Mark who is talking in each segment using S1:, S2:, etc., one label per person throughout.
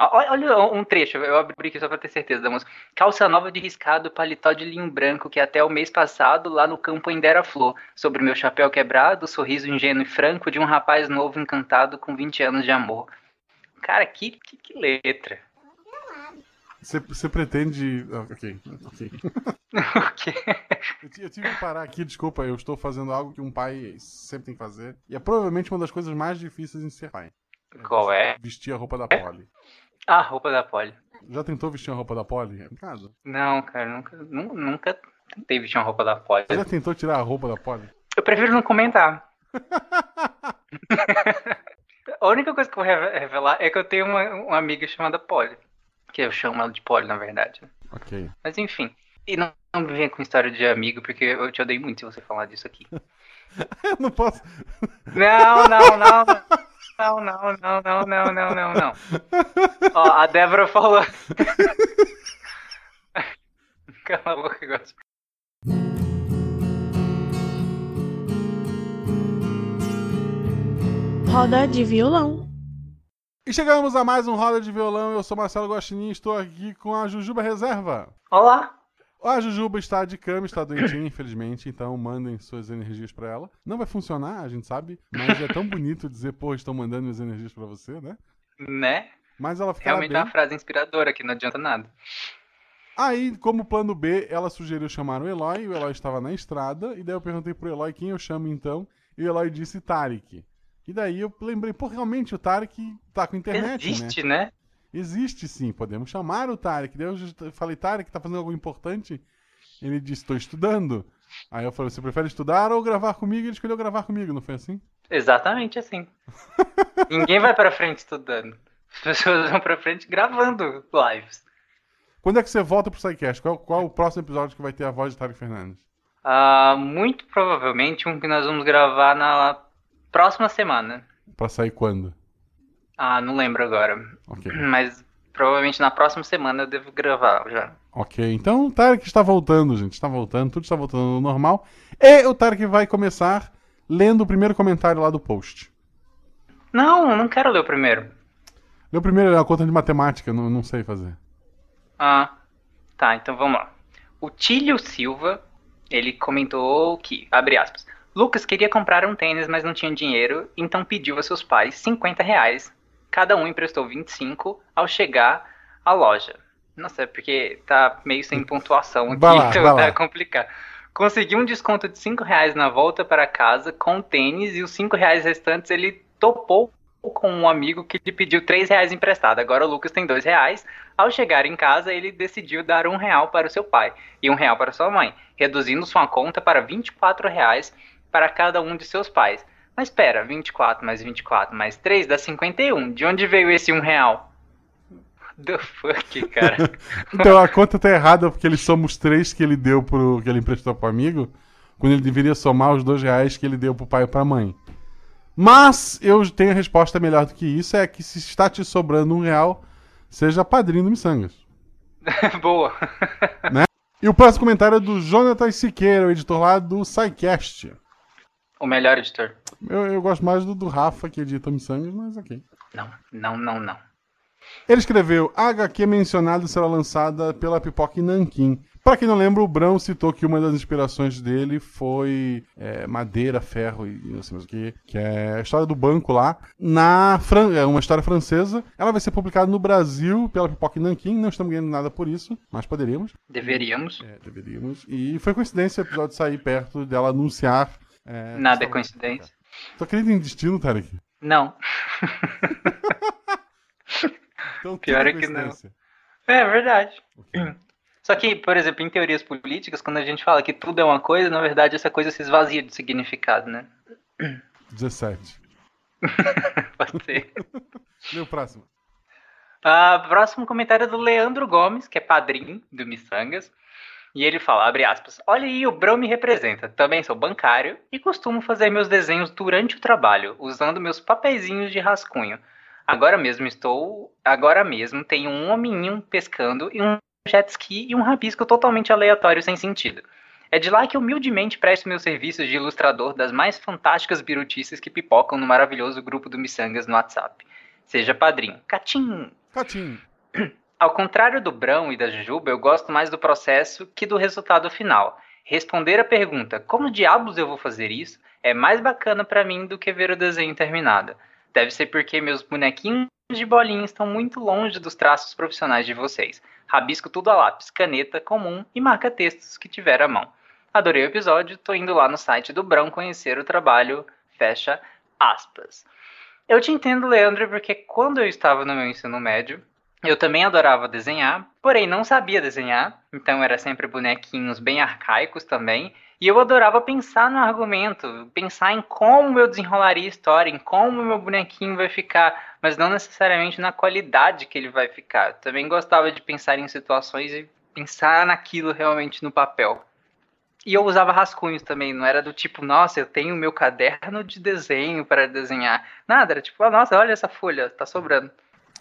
S1: Olha um trecho, eu abri aqui só pra ter certeza da música. Calça nova de riscado, paletó de linho branco, que até o mês passado lá no campo ainda era flor. Sobre meu chapéu quebrado, sorriso ingênuo e franco de um rapaz novo encantado com 20 anos de amor. Cara, que, que, que letra.
S2: Você, você pretende. ah, Ok, ok.
S1: O quê?
S2: Eu, ti- eu tive que parar aqui, desculpa, eu estou fazendo algo que um pai sempre tem que fazer. E é provavelmente uma das coisas mais difíceis em ser pai.
S1: Qual é?
S2: Vestir a roupa da Polly.
S1: Ah, roupa da Polly.
S2: Já tentou vestir a roupa da Polly? É complicado.
S1: Não, cara, nunca, nu- nunca tentei vestir uma roupa da Polly.
S2: Já tentou tirar a roupa da Polly?
S1: Eu prefiro não comentar. a única coisa que eu vou reve- revelar é que eu tenho uma, uma amiga chamada Polly. Que eu chamo ela de Polly, na verdade.
S2: Ok.
S1: Mas enfim. E não, não me venha com história de amigo, porque eu te odeio muito se você falar disso aqui.
S2: Eu não posso.
S1: Não, não, não. Não, não, não, não, não, não, não, não. Ó, a Débora falou. Cala a boca, gosto.
S3: Roda de violão.
S2: E chegamos a mais um Roda de Violão. Eu sou Marcelo Gostinin e estou aqui com a Jujuba Reserva.
S1: Olá!
S2: A Jujuba está de cama, está doentinha, infelizmente, então mandem suas energias pra ela. Não vai funcionar, a gente sabe, mas é tão bonito dizer, pô, estão mandando minhas energias pra você, né?
S1: Né?
S2: Mas ela ficará
S1: Realmente é uma
S2: bem.
S1: frase inspiradora que não adianta nada.
S2: Aí, como plano B, ela sugeriu chamar o Eloy, o Eloy estava na estrada, e daí eu perguntei pro Eloy quem eu chamo então, e o Eloy disse Tarek. E daí eu lembrei, pô, realmente o Tarek tá com internet, né?
S1: Existe, né?
S2: Existe sim, podemos chamar o Tarek. Daí eu just- falei, Tarek, tá fazendo algo importante? Ele disse, tô estudando. Aí eu falei, você prefere estudar ou gravar comigo? Ele escolheu gravar comigo, não foi assim?
S1: Exatamente assim. Ninguém vai pra frente estudando. As pessoas vão pra frente gravando lives.
S2: Quando é que você volta pro SciCast? Qual, qual o próximo episódio que vai ter a voz de Tarek Fernandes?
S1: Ah, muito provavelmente um que nós vamos gravar na próxima semana.
S2: Pra sair quando?
S1: Ah, não lembro agora.
S2: Ok.
S1: Mas provavelmente na próxima semana eu devo gravar já.
S2: Ok, então o Tarek está voltando, gente. Está voltando, tudo está voltando ao normal. E o Tarek vai começar lendo o primeiro comentário lá do post.
S1: Não, não quero ler o primeiro.
S2: Leu primeiro é a conta de matemática, não, não sei fazer.
S1: Ah, tá, então vamos lá. O Tílio Silva, ele comentou que, abre aspas, Lucas queria comprar um tênis, mas não tinha dinheiro, então pediu a seus pais 50 reais. Cada um emprestou 25 ao chegar à loja. Nossa, é porque tá meio sem pontuação aqui,
S2: Vai lá, vai
S1: então
S2: lá.
S1: tá complicado. Consegui um desconto de 5 reais na volta para casa com o tênis e os 5 reais restantes ele topou com um amigo que lhe pediu 3 reais emprestado. Agora o Lucas tem 2 reais ao chegar em casa, ele decidiu dar um real para o seu pai e um real para sua mãe, reduzindo sua conta para 24 reais para cada um de seus pais. Mas espera, 24 mais 24 mais 3 dá 51. De onde veio esse um real? The fuck, cara?
S2: Então a conta tá errada porque ele soma os três que ele deu pro. que ele emprestou pro amigo, quando ele deveria somar os dois reais que ele deu pro pai e pra mãe. Mas eu tenho a resposta melhor do que isso, é que se está te sobrando um real, seja padrinho do Missangas.
S1: É Boa.
S2: E o próximo comentário é do Jonathan Siqueira, o editor lá do SciCast.
S1: O melhor editor.
S2: Eu, eu gosto mais do, do Rafa, que edita Missangas, mas ok.
S1: Não, não, não, não.
S2: Ele escreveu: a HQ mencionada será lançada pela Pipoca em Nanquim. Pra quem não lembra, o Brão citou que uma das inspirações dele foi é, madeira, ferro e não sei mais o que, que é a história do banco lá, na Fran é uma história francesa. Ela vai ser publicada no Brasil pela Pipoca em Nanquim, não estamos ganhando nada por isso, mas poderíamos.
S1: Deveríamos.
S2: É, deveríamos. E foi coincidência o episódio sair perto dela anunciar. é,
S1: Nada é
S2: essa-
S1: coincidência.
S2: Tu acredita em destino, Tarek?
S1: Não.
S2: Então, tudo
S1: Pior é que não.
S2: coincidência.
S1: É verdade.
S2: Ok.
S1: Só que, por exemplo, em teorias políticas, quando a gente fala que tudo é uma coisa, na verdade essa coisa se esvazia de significado, né?
S2: 17.
S1: Pode ser.
S2: Lê o próximo.
S1: Ah, próximo comentário é do Leandro Gomes, que é padrinho do Missangas. E ele fala, abre aspas, olha aí, o Brão me representa. Também sou bancário e costumo fazer meus desenhos durante o trabalho, usando meus papeizinhos de rascunho. Agora mesmo estou, agora mesmo tenho um hominho pescando e um jet ski e um rabisco totalmente aleatório sem sentido. É de lá que humildemente presto meus serviços de ilustrador das mais fantásticas birutices que pipocam no maravilhoso grupo do Missangas no WhatsApp. Seja padrinho. Catim!
S2: Catim.
S1: Ao contrário do Brão e da Jujuba, eu gosto mais do processo que do resultado final. Responder a pergunta, como diabos eu vou fazer isso, é mais bacana pra mim do que ver o desenho terminado. Deve ser porque meus bonequinhos de bolinha estão muito longe dos traços profissionais de vocês. Rabisco tudo a lápis, caneta comum e marca textos que tiver à mão. Adorei o episódio, tô indo lá no site do Brão conhecer o trabalho, fecha aspas. Eu te entendo, Leandro, porque quando eu estava no meu ensino médio, eu também adorava desenhar, porém não sabia desenhar, então era sempre bonequinhos bem arcaicos também, e eu adorava pensar no argumento, pensar em como eu desenrolaria a história, em como meu bonequinho vai ficar, mas não necessariamente na qualidade que ele vai ficar. Eu também gostava de pensar em situações e pensar naquilo realmente no papel. E eu usava rascunhos também, não era do tipo, nossa, eu tenho meu caderno de desenho para desenhar. Nada, era tipo, ah, nossa, olha essa folha, tá sobrando.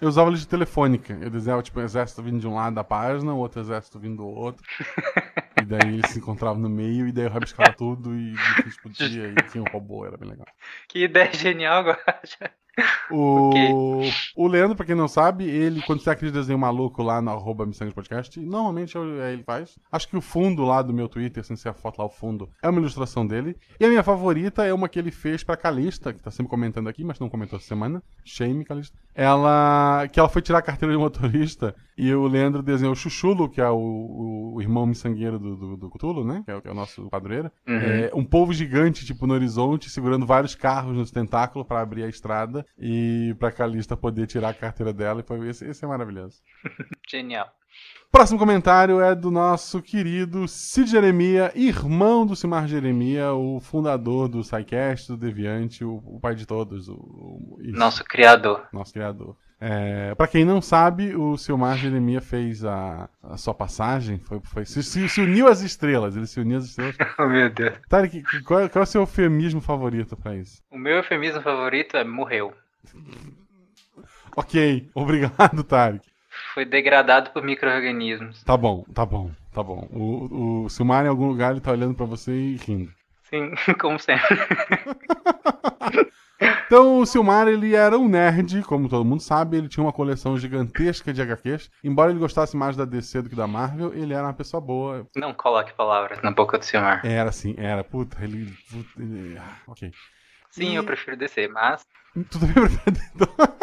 S2: Eu usava lista telefônica. Eu desenhava, tipo, um exército vindo de um lado da página, outro exército vindo do outro. e daí eles se encontravam no meio, e daí eu rabiscava tudo e explodia, e tinha um robô, era bem legal.
S1: Que ideia genial, Guacha.
S2: O, o Leandro, pra quem não sabe, ele, quando tem aquele desenho maluco lá no arroba Missão de Podcast, normalmente eu- é, ele faz. Acho que o fundo lá do meu Twitter, sem ser a foto lá, o fundo, é uma ilustração dele. E a minha favorita é uma que ele fez pra Calista, que tá sempre comentando aqui, mas não comentou essa semana. Shame, Calista. Ela. Que ela foi tirar a carteira de motorista e o Leandro desenhou o Chuchulo, que é o, o, o irmão miçangueiro do, do, do Cthulhu, né? Que é, o- que é o nosso padroeiro.
S1: Uhum.
S2: É, um povo gigante, tipo, no horizonte, segurando vários carros nos tentáculos pra abrir a estrada e pra Calista poder tirar a carteira dela. E foi, esse, esse é maravilhoso.
S1: Genial.
S2: Próximo comentário é do nosso querido Cid Jeremia, irmão do Simar Jeremia, o fundador do SciCast, do Deviante, o, o pai de todos, o, o- isso,
S1: Nosso criador.
S2: nosso criador. É, para quem não sabe, o Silmar Jeremia fez a, a sua passagem, foi, foi- se, se- se uniu às estrelas, ele se uniu às estrelas.
S1: Oh, meu Deus.
S2: Tarek, qual, é- qual é o seu eufemismo favorito pra isso?
S1: O meu eufemismo favorito é morreu.
S2: Ok, obrigado, Tarek.
S1: Foi degradado por micro-organismos.
S2: Tá bom, tá bom, tá bom. O, o Silmar em algum lugar ele tá olhando pra você e rindo.
S1: Sim, como sempre.
S2: Então, o Silmar, ele era um nerd, como todo mundo sabe, ele tinha uma coleção gigantesca de HQs. Embora ele gostasse mais da DC do que da Marvel, ele era uma pessoa boa.
S1: Não coloque palavras na boca do Silmar.
S2: Era assim, era. Puta, ele. puta, ele- ah, ok.
S1: Sim, eu prefiro descer, mas
S2: Tudo bem, Bernardo?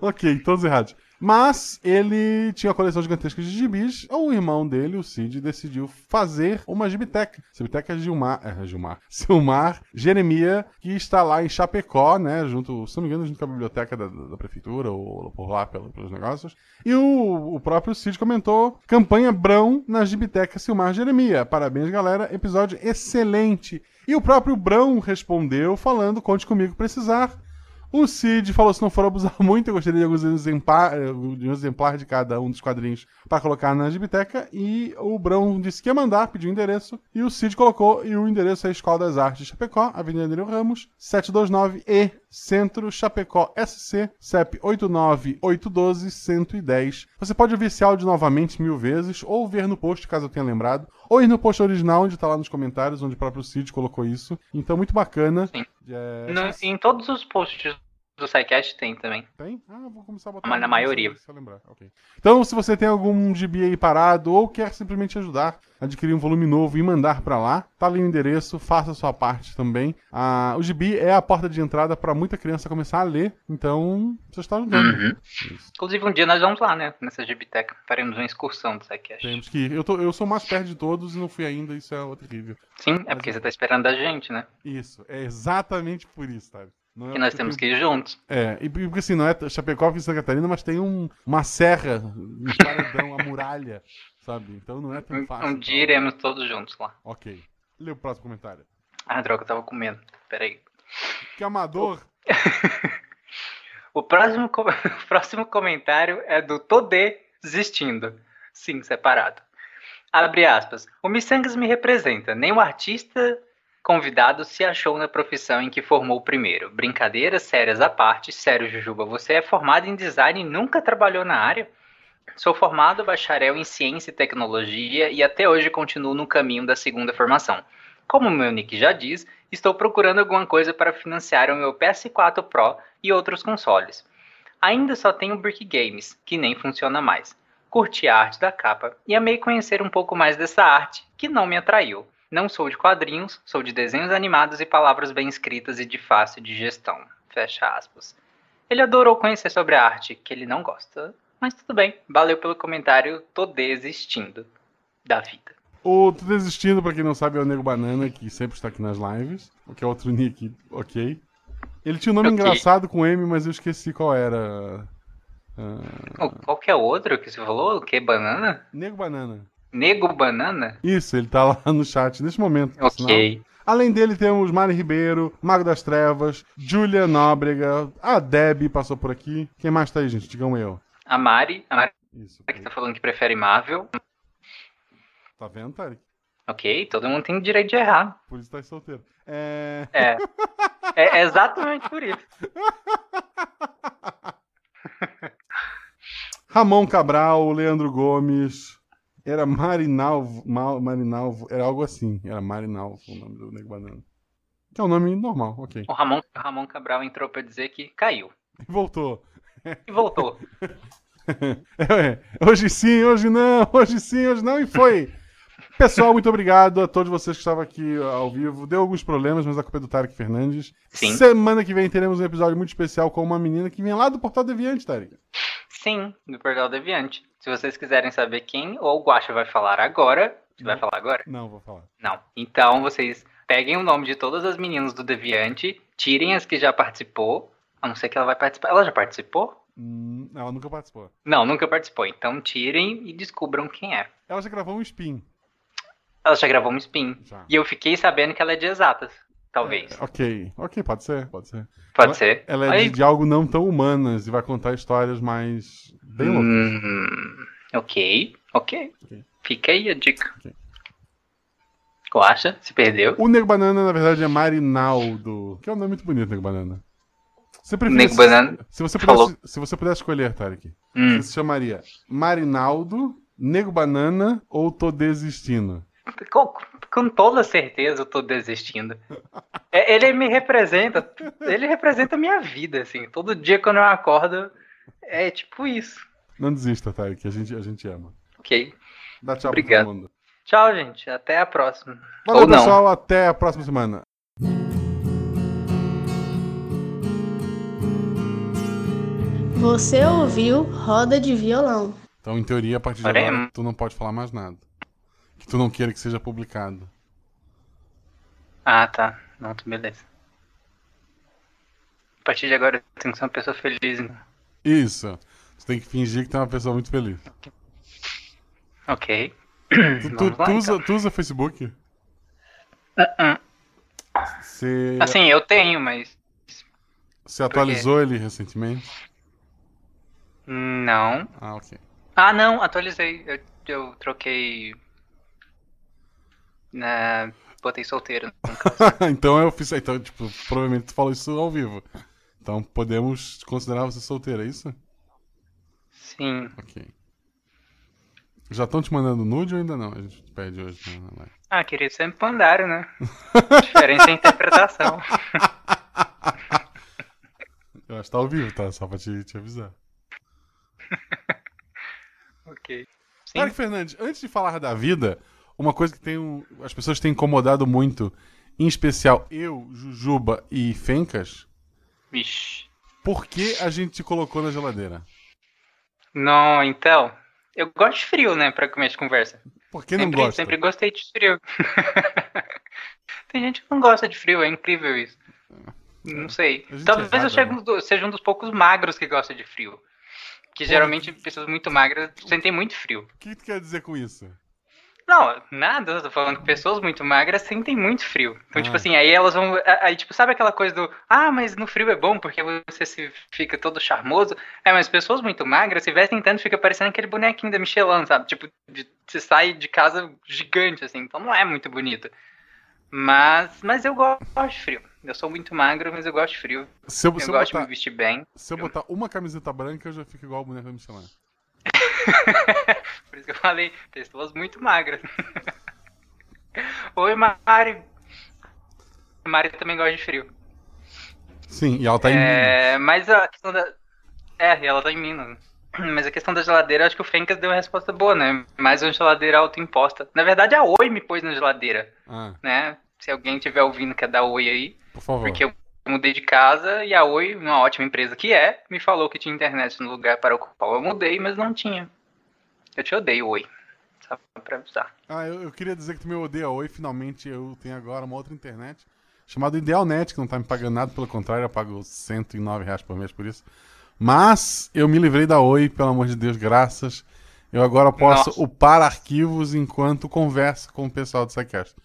S2: ok, todos errados. Mas ele tinha uma coleção gigantesca de gibis. O irmão dele, o Cid, decidiu fazer uma gibiteca. Gibiteca Gilmar. É, Gilmar. Silmar Jeremia, que está lá em Chapecó, né? Junto, se não me engano, junto com a biblioteca da, da- da prefeitura, ou por lá, pelo- pelos negócios. E o, o próprio Cid comentou: campanha Brão na gibiteca Silmar Jeremia. Parabéns, galera. Episódio excelente. E o próprio Brão respondeu, falando: conte comigo precisar. O Cid falou: se não for abusar muito, eu gostaria de alguns exemplar, de um exemplar de cada um dos quadrinhos para colocar na gibiteca. E o Brão disse que ia mandar, pediu o endereço. E o Cid colocou, e o endereço é Escola das Artes Chapecó, Avenida Nereu Ramos, 729E, Centro Chapecó SC, CEP 89812-110. Você pode ouvir esse áudio novamente mil vezes, ou ver no post, caso eu tenha lembrado, ou ir no post original, onde está lá nos comentários, onde o próprio Cid colocou isso. Então, muito bacana.
S1: Sim.
S2: É,
S1: não- em todos os posts do SciCast tem também.
S2: tem? Ah, vou começar a botar.
S1: Mas na
S2: no-
S1: maioria.
S2: Se eu lembrar. ok. Então, se você tem algum gibi aí parado ou quer simplesmente ajudar a adquirir um volume novo e mandar pra lá, tá ali o endereço, faça a sua parte também. Ah, o gibi é a porta de entrada pra muita criança começar a ler, então você está ajudando.
S1: Uhum.
S2: Isso.
S1: Inclusive, um dia nós vamos lá, né? Nessa gibiteca. Faremos uma excursão do SciCast.
S2: Temos que ir. Eu, tô- eu sou o mais perto de todos e não fui ainda, isso é terrível.
S1: Sim, é porque você tá esperando da gente, né?
S2: Isso, é exatamente por isso, sabe? Não é
S1: Que nós
S2: porque-
S1: temos que ir juntos.
S2: É, e porque assim, não é Chapecó e Santa Catarina, mas tem um- uma serra, um paredão, uma muralha, sabe? Então não é tão fácil.
S1: Um dia
S2: tá?
S1: iremos todos juntos lá.
S2: Ok. Lê o próximo comentário.
S1: Ah, droga, eu tava comendo. Peraí.
S2: Que é amador.
S1: O próximo, co- o próximo comentário é do Todê desistindo. Sim, separado. Abre aspas. O Missangas me representa. Nem o artista convidado se achou na profissão em que formou primeiro. Brincadeiras sérias à parte. Sério, Jujuba, você é formado em design e nunca trabalhou na área? Sou formado bacharel em ciência e tecnologia e até hoje continuo no caminho da segunda formação. Como meu nick já diz, estou procurando alguma coisa para financiar o meu PS4 Pro e outros consoles. Ainda só tem o Brick Games, que nem funciona mais. Curti a arte da capa e amei conhecer um pouco mais dessa arte, que não me atraiu. Não sou de quadrinhos, sou de desenhos animados e palavras bem escritas e de fácil digestão. Fecha aspas. Ele adorou conhecer sobre a arte, que ele não gosta. Mas tudo bem, valeu pelo comentário, tô desistindo da vida.
S2: O Tô Desistindo, pra quem não sabe, é o Nego Banana, que sempre está aqui nas lives. O que é outro nick, ok. Ele tinha um nome
S1: Ok.
S2: engraçado com M, mas eu esqueci qual era. Ah,
S1: Ou qualquer outro Oh, que você falou, o que? Banana?
S2: Nego Banana.
S1: Nego Banana?
S2: Isso, ele tá lá no chat neste momento. por sinal.
S1: Ok.
S2: Além dele, temos Mari Ribeiro, Mago das Trevas, Julia Nóbrega, a Deb passou por aqui. Quem mais tá aí, gente? Digam eu.
S1: A Mari, a Mari
S2: Isso.
S1: que tá falando que prefere Marvel.
S2: Tá vendo, Tarek?
S1: Ok, todo mundo tem direito de errar.
S2: Por isso tá solteiro. É...
S1: É. É exatamente por isso.
S2: Ramon Cabral, Leandro Gomes. Era Marinalvo. Mal- Marinalvo. Era algo assim. Era Marinalvo o nome do Nego Banana. Que é um nome normal, ok.
S1: O Ramon, o Ramon Cabral entrou pra dizer que caiu.
S2: Voltou.
S1: E voltou.
S2: É, hoje sim, hoje não, hoje sim, hoje não, e foi. Pessoal, muito obrigado a todos vocês que estavam aqui ao vivo. Deu alguns problemas, mas a culpa é do Tarek Fernandes.
S1: Sim.
S2: Semana que vem teremos um episódio muito especial com uma menina que vem lá do Portal Deviante, Tarek.
S1: Sim, do Portal Deviante. Se vocês quiserem saber quem ou o Guaxa vai falar agora. Você vai falar agora?
S2: Não, vou falar.
S1: Não. Então vocês peguem o nome de todas as meninas do Deviante, tirem as que já participou. A não ser que ela vai participar. Ela já participou?
S2: Hum, ela nunca participou.
S1: Não, nunca participou. Então tirem e descubram quem é.
S2: Ela já gravou um spin.
S1: Ela já gravou um spin.
S2: Já.
S1: E eu fiquei sabendo que ela é de exatas.
S2: É.
S1: Talvez.
S2: Ok, ok, pode ser, pode ser.
S1: Pode ser.
S2: Ela é
S1: Aí-
S2: de, de algo não tão humanas e vai contar histórias mais bem loucas.
S1: Hum, ok, ok.
S2: Ok.
S1: Fica aí a dica.
S2: Ok.
S1: Guacha, se perdeu.
S2: O Nego Banana, na verdade, é Marinaldo. Que é um nome muito bonito, Nego Banana. Você preferia-
S1: Nego Banana
S2: Se você,
S1: falou.
S2: pudesse, se você pudesse escolher, Tarek,
S1: Hum,
S2: você se chamaria Marinaldo, Nego Banana ou Tô Desistindo?
S1: com, com toda certeza eu tô desistindo. É, ele me representa, ele representa a minha vida, assim. Todo dia quando eu acordo, é tipo isso.
S2: Não desista, Tarek, a gente, a gente ama.
S1: Ok.
S2: Dá tchau pra
S1: Obrigado.
S2: todo mundo.
S1: Tchau, gente. Até a próxima.
S2: Valeu,
S1: Ou não.
S2: pessoal, até a próxima semana.
S3: Você ouviu Roda de Violão.
S2: Então, em teoria, a partir de
S1: Olha,
S2: agora,
S1: hum.
S2: tu não pode falar mais nada. Que tu não queira que seja publicado.
S1: Ah, tá. Não, tá beleza. A partir de agora eu tenho que ser uma pessoa feliz. né?
S2: Isso. Tu tem que fingir que tu é uma pessoa muito feliz.
S1: Ok.
S2: Tu, tu-
S1: Vamos lá,
S2: tu
S1: então.
S2: usa, tu usa Facebook?
S1: Uh-uh.
S2: Você
S1: Assim, eu tenho, mas.
S2: você atualizou ele recentemente?
S1: Não.
S2: Ah, ok.
S1: Ah, não, atualizei. Eu, eu troquei. Na... Botei solteiro.
S2: então é oficial. Então, tipo, provavelmente tu falou isso ao vivo. Então podemos considerar você solteira, é isso?
S1: Sim.
S2: Ok. Já estão te mandando nude ou ainda não? A gente pede hoje né? na na live.
S1: Ah, querido, sempre mandaram, né? Diferença é a interpretação.
S2: Eu acho que tá ao vivo, tá? Só pra te, te avisar.
S1: Ok. Sim.
S2: Tarek Fernandes, antes de falar da vida, uma coisa que tem um- as pessoas têm incomodado muito, em especial eu, Jujuba e Fencas,
S1: Vixe.
S2: por que a gente te colocou na geladeira?
S1: Não, então. Eu gosto de frio, né? Pra começar de conversa.
S2: Por que não
S1: sempre,
S2: gosta?
S1: sempre gostei de frio. Tem gente que não gosta de frio, é incrível isso. Não sei.
S2: É. A gente
S1: Talvez
S2: é
S1: eu
S2: errado,
S1: chegue
S2: né?
S1: um do- seja um dos poucos magros que gosta de frio. Que geralmente pessoas muito magras sentem muito frio.
S2: O que tu quer dizer com isso?
S1: Não, nada, eu tô falando que pessoas muito magras sentem muito frio. Então,
S2: Ah.
S1: tipo assim, aí elas vão. a- Aí, tipo, sabe aquela coisa do. Ah, mas no frio é bom porque você se fica todo charmoso. É, mas pessoas muito magras se vestem tanto fica parecendo aquele bonequinho da Michelin, sabe? Tipo, de- você sai de casa gigante, assim. Então não é muito bonito. Mas, mas eu gosto de frio. Eu sou muito magro, mas eu gosto de frio.
S2: Se eu,
S1: Eu
S2: se eu
S1: gosto de
S2: botar-
S1: me vestir bem.
S2: Se eu botar uma camiseta branca, eu já fico igual o boneco da Michelin.
S1: Por isso que eu falei, pessoas muito magras. Oi, Mari. Mari também gosta de frio.
S2: Sim, e ela tá em.
S1: É, mas a questão da. É, e ela tá em Minas. Mas a questão da geladeira, eu acho que o Fencas deu uma resposta boa, né? Mais uma geladeira autoimposta. Na verdade, a Oi me pôs na geladeira,
S2: Ah,
S1: né? Se alguém tiver ouvindo quer dar Oi aí,
S2: por favor.
S1: porque eu mudei de casa e a Oi, uma ótima empresa que é, me falou que tinha internet no lugar para o qual eu mudei, mas não tinha. Eu te odeio, Oi. Só pra avisar.
S2: Ah, eu, eu queria dizer que tu me odeia hoje, finalmente eu tenho agora uma outra internet chamada Idealnet, que não tá me pagando nada, pelo contrário, eu pago R$ 109 reais por mês por isso. Mas eu me livrei da Oi, pelo amor de Deus, graças. Eu agora posso
S1: Nossa.
S2: upar arquivos enquanto converso com o pessoal do SciCast.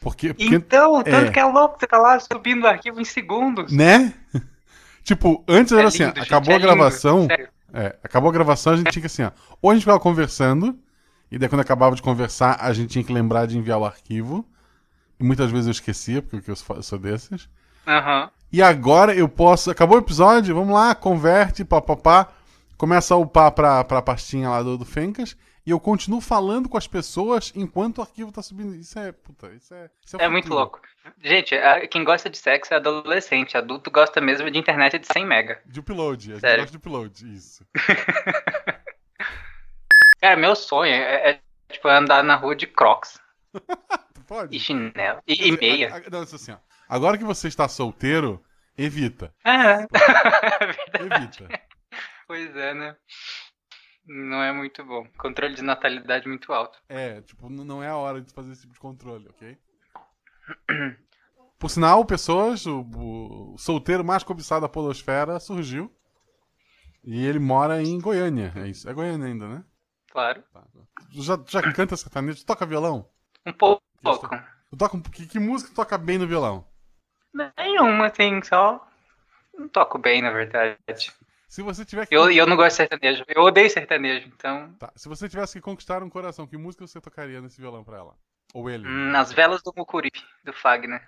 S2: Porque, porque
S1: Então, tanto
S2: é.
S1: que é louco, você tá lá subindo o arquivo em segundos.
S2: né? tipo, antes
S1: É
S2: era assim,
S1: lindo, gente,
S2: acabou
S1: é
S2: a
S1: lindo,
S2: gravação,
S1: sério.
S2: É, acabou a gravação, a gente tinha que assim, ó. Ou a gente ficava conversando, e daí quando acabava de conversar, a gente tinha que lembrar de enviar o arquivo. E muitas vezes eu esquecia, porque eu sou eu sou desses.
S1: Aham.
S2: E agora eu posso. Acabou o episódio, vamos lá, converte, papapá. Começa a upar pra, pra pastinha lá do, do Fencas. E eu continuo falando com as pessoas enquanto o arquivo tá subindo. Isso é. Puta, isso é. isso o
S1: É muito
S2: futuro.
S1: louco. Gente, a- quem gosta de sexo é adolescente. Adulto gosta mesmo de internet de 100 mega.
S2: De upload, a gente
S1: Sério.
S2: gosta de upload, isso.
S1: Cara, meu sonho é, é, tipo, andar na rua de crocs
S2: Tu pode?
S1: e chinelo e,
S2: Quer
S1: e
S2: dizer,
S1: meia.
S2: a- a- não, isso assim, ó. Agora que você está solteiro, evita.
S1: Ah,
S2: Evita.
S1: pois é, né? Não é muito bom. Controle de natalidade muito alto.
S2: É, tipo, n- não é a hora de fazer esse tipo de controle, ok? Por sinal, pessoas, o, o solteiro mais cobiçado da podosfera surgiu. E ele mora em Goiânia, é isso. É Goiânia ainda, né?
S1: Claro.
S2: Tu já, tu já canta sertanejo? Tu toca violão?
S1: Um pouco.
S2: Isso. Tu toca, um- que, que música tu toca bem no violão?
S1: Nenhuma, assim, só. Não toco bem, na verdade.
S2: Se você tivesse que,
S1: Eu, e eu não gosto de sertanejo. Eu odeio sertanejo, então.
S2: tá, se você tivesse que conquistar um coração, que música você tocaria nesse violão pra ela? Ou ele?
S1: hum, Nas velas do Mucuripe, do Fagner.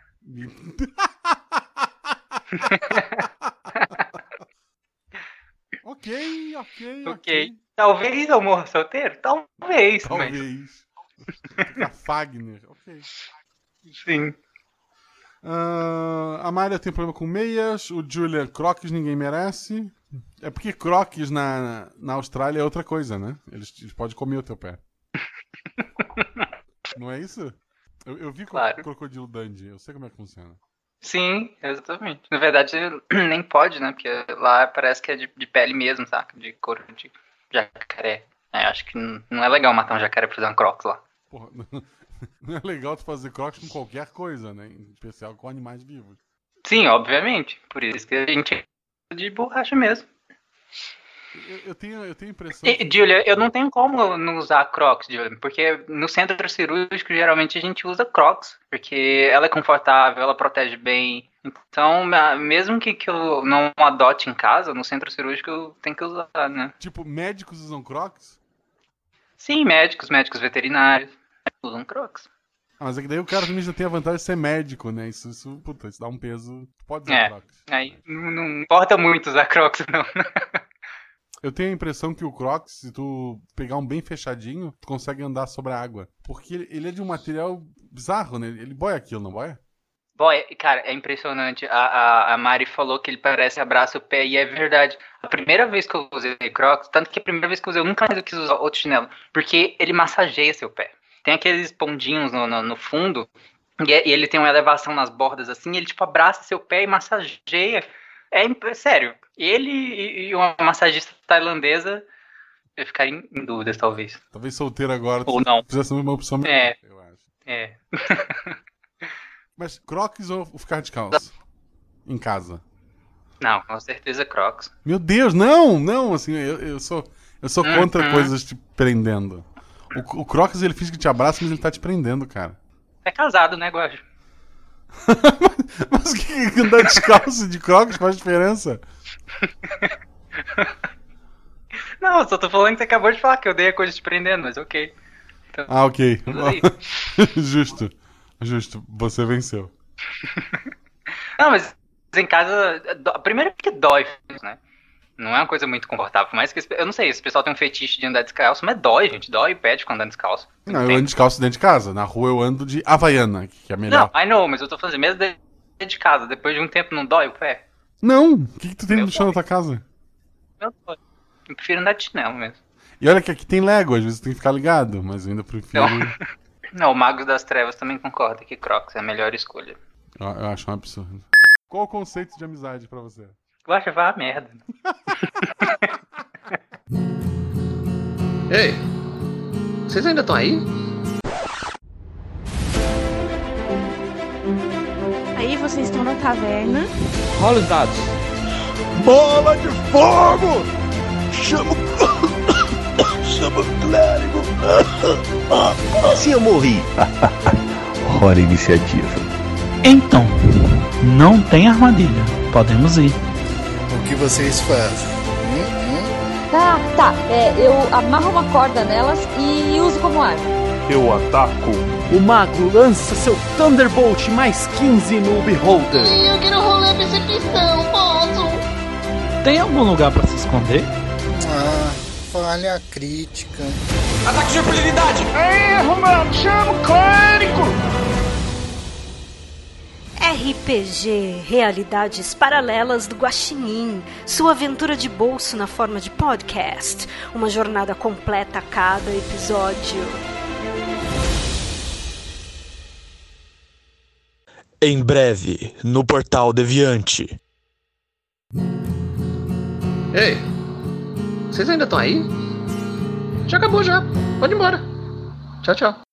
S2: ok, ok, ok.
S1: Ok. Talvez eu morra solteiro? Talvez, mas.
S2: Talvez. Fica Fagner, ok.
S1: Sim.
S2: Ah, a Maria tem problema com meias, o Julian Crocs ninguém merece. É porque Crocs na, na Austrália é outra coisa, né? Eles, eles podem comer o teu pé. Não é isso? Eu, eu vi cro-
S1: Claro.
S2: Crocodilo Dundee, eu sei como é que funciona.
S1: Sim, exatamente. Na verdade, nem pode, né? Porque lá parece que é de, de pele mesmo, saca? De couro de jacaré. É, acho que n- não é legal matar um jacaré pra usar um crocs lá.
S2: Porra, não é legal tu fazer Crocs com qualquer coisa, né? Em especial com animais vivos.
S1: Sim, obviamente. Por isso que a gente é de borracha mesmo.
S2: Eu, eu tenho, eu tenho a impressão.
S1: E, Julia, eu não tenho como não usar crocs, Julia, porque no centro cirúrgico geralmente a gente usa crocs, porque ela é confortável, ela protege bem. Então, ma- mesmo que, que eu não adote em casa, no centro cirúrgico eu tenho que usar, né?
S2: Tipo, médicos usam Crocs?
S1: Sim, médicos, médicos veterinários usam um crocs.
S2: Ah, mas é que daí o cara também já tem a vantagem de ser médico, né? Isso, isso, puta, isso dá um peso. Pode usar
S1: É,
S2: Crocs.
S1: Aí não, não importa muito usar crocs, não.
S2: Eu tenho a impressão que o Crocs, se tu pegar um bem fechadinho, tu consegue andar sobre a água. Porque ele- ele é de um material bizarro, né? Ele boia aquilo, não boia?
S1: Boy, cara, é impressionante. A, a, a Mari falou que ele parece abraça o pé, e é verdade. A primeira vez que eu usei crocs, tanto que a primeira vez que eu usei, eu nunca mais eu quis usar outro chinelo, porque ele massageia seu pé. Tem aqueles pondinhos no, no, no fundo, e, é- e ele tem uma elevação nas bordas assim, e ele tipo abraça seu pé e massageia. É, imp- é sério, ele e, e uma massagista tailandesa, eu ficaria em, em dúvidas, talvez.
S2: Talvez solteiro agora tu
S1: Ou não.
S2: precisa ser uma opção melhor,
S1: É.
S2: eu acho.
S1: É.
S2: Mas Crocs ou ficar descalço? Em casa.
S1: Não, com certeza crocs.
S2: Meu Deus, não, não, assim, eu, eu sou eu sou contra
S1: Uhum.
S2: coisas te prendendo. O, o Crocs, ele finge que te abraça, mas ele tá te prendendo, cara.
S1: É casado, né, Guajo?
S2: Mas que que andar descalço de Crocs faz diferença?
S1: Não, eu só tô falando que você acabou de falar que eu dei a coisa te prendendo, mas ok.
S2: Ah, ok.
S1: Tudo bem.
S2: Justo. Justo. Você venceu.
S1: Não, mas em casa. dó- Primeiro porque dói, né? Não é uma coisa muito confortável. por mais que esse- eu não sei, esse pessoal tem um fetiche de andar descalço, mas dói, gente. Dói o pé de quando anda descalço.
S2: Não, eu né?
S1: Tem-
S2: ando descalço dentro de casa. Na rua eu ando de Havaiana, que é melhor.
S1: Não, I know, mas eu tô fazendo mesmo dentro de casa. Depois de um tempo não dói o pé.
S2: Não! O que, que tu tem
S1: Meu
S2: no chão da tua casa?
S1: meu sonho. Eu prefiro andar de chinelo mesmo.
S2: E olha que aqui tem Lego, às vezes tem que ficar ligado, mas eu ainda prefiro.
S1: Não. Não, o Magos das Trevas também concorda que Crocs é a melhor escolha.
S2: Eu, eu acho um absurdo. Qual o conceito de amizade pra você?
S1: Eu acho vá a merda. né?
S4: Ei, vocês ainda estão aí?
S3: Aí vocês estão na taverna.
S5: Rola os dados.
S6: Bola de fogo! Chama o- Chama o clérigo! Se eu morri! Hora iniciativa.
S7: Então, não tem armadilha. Podemos ir.
S6: O que vocês fazem? Hum, hum.
S8: Tá, tá. É, eu amarro uma corda nelas e uso como arma.
S9: Eu ataco.
S5: O mago lança seu Thunderbolt mais 15 no Beholder.
S10: Eu quero rolar percepção, posso?
S7: Tem algum lugar pra se esconder?
S6: Ah, falha crítica.
S5: Ataque de impunidade!
S11: RPG Realidades Paralelas do Guaxinim. Sua aventura de bolso na forma de podcast. Uma jornada completa a cada episódio.
S9: Em breve, no portal Deviante.
S4: Ei, vocês ainda estão aí? Já acabou já. Pode ir embora. Tchau, tchau.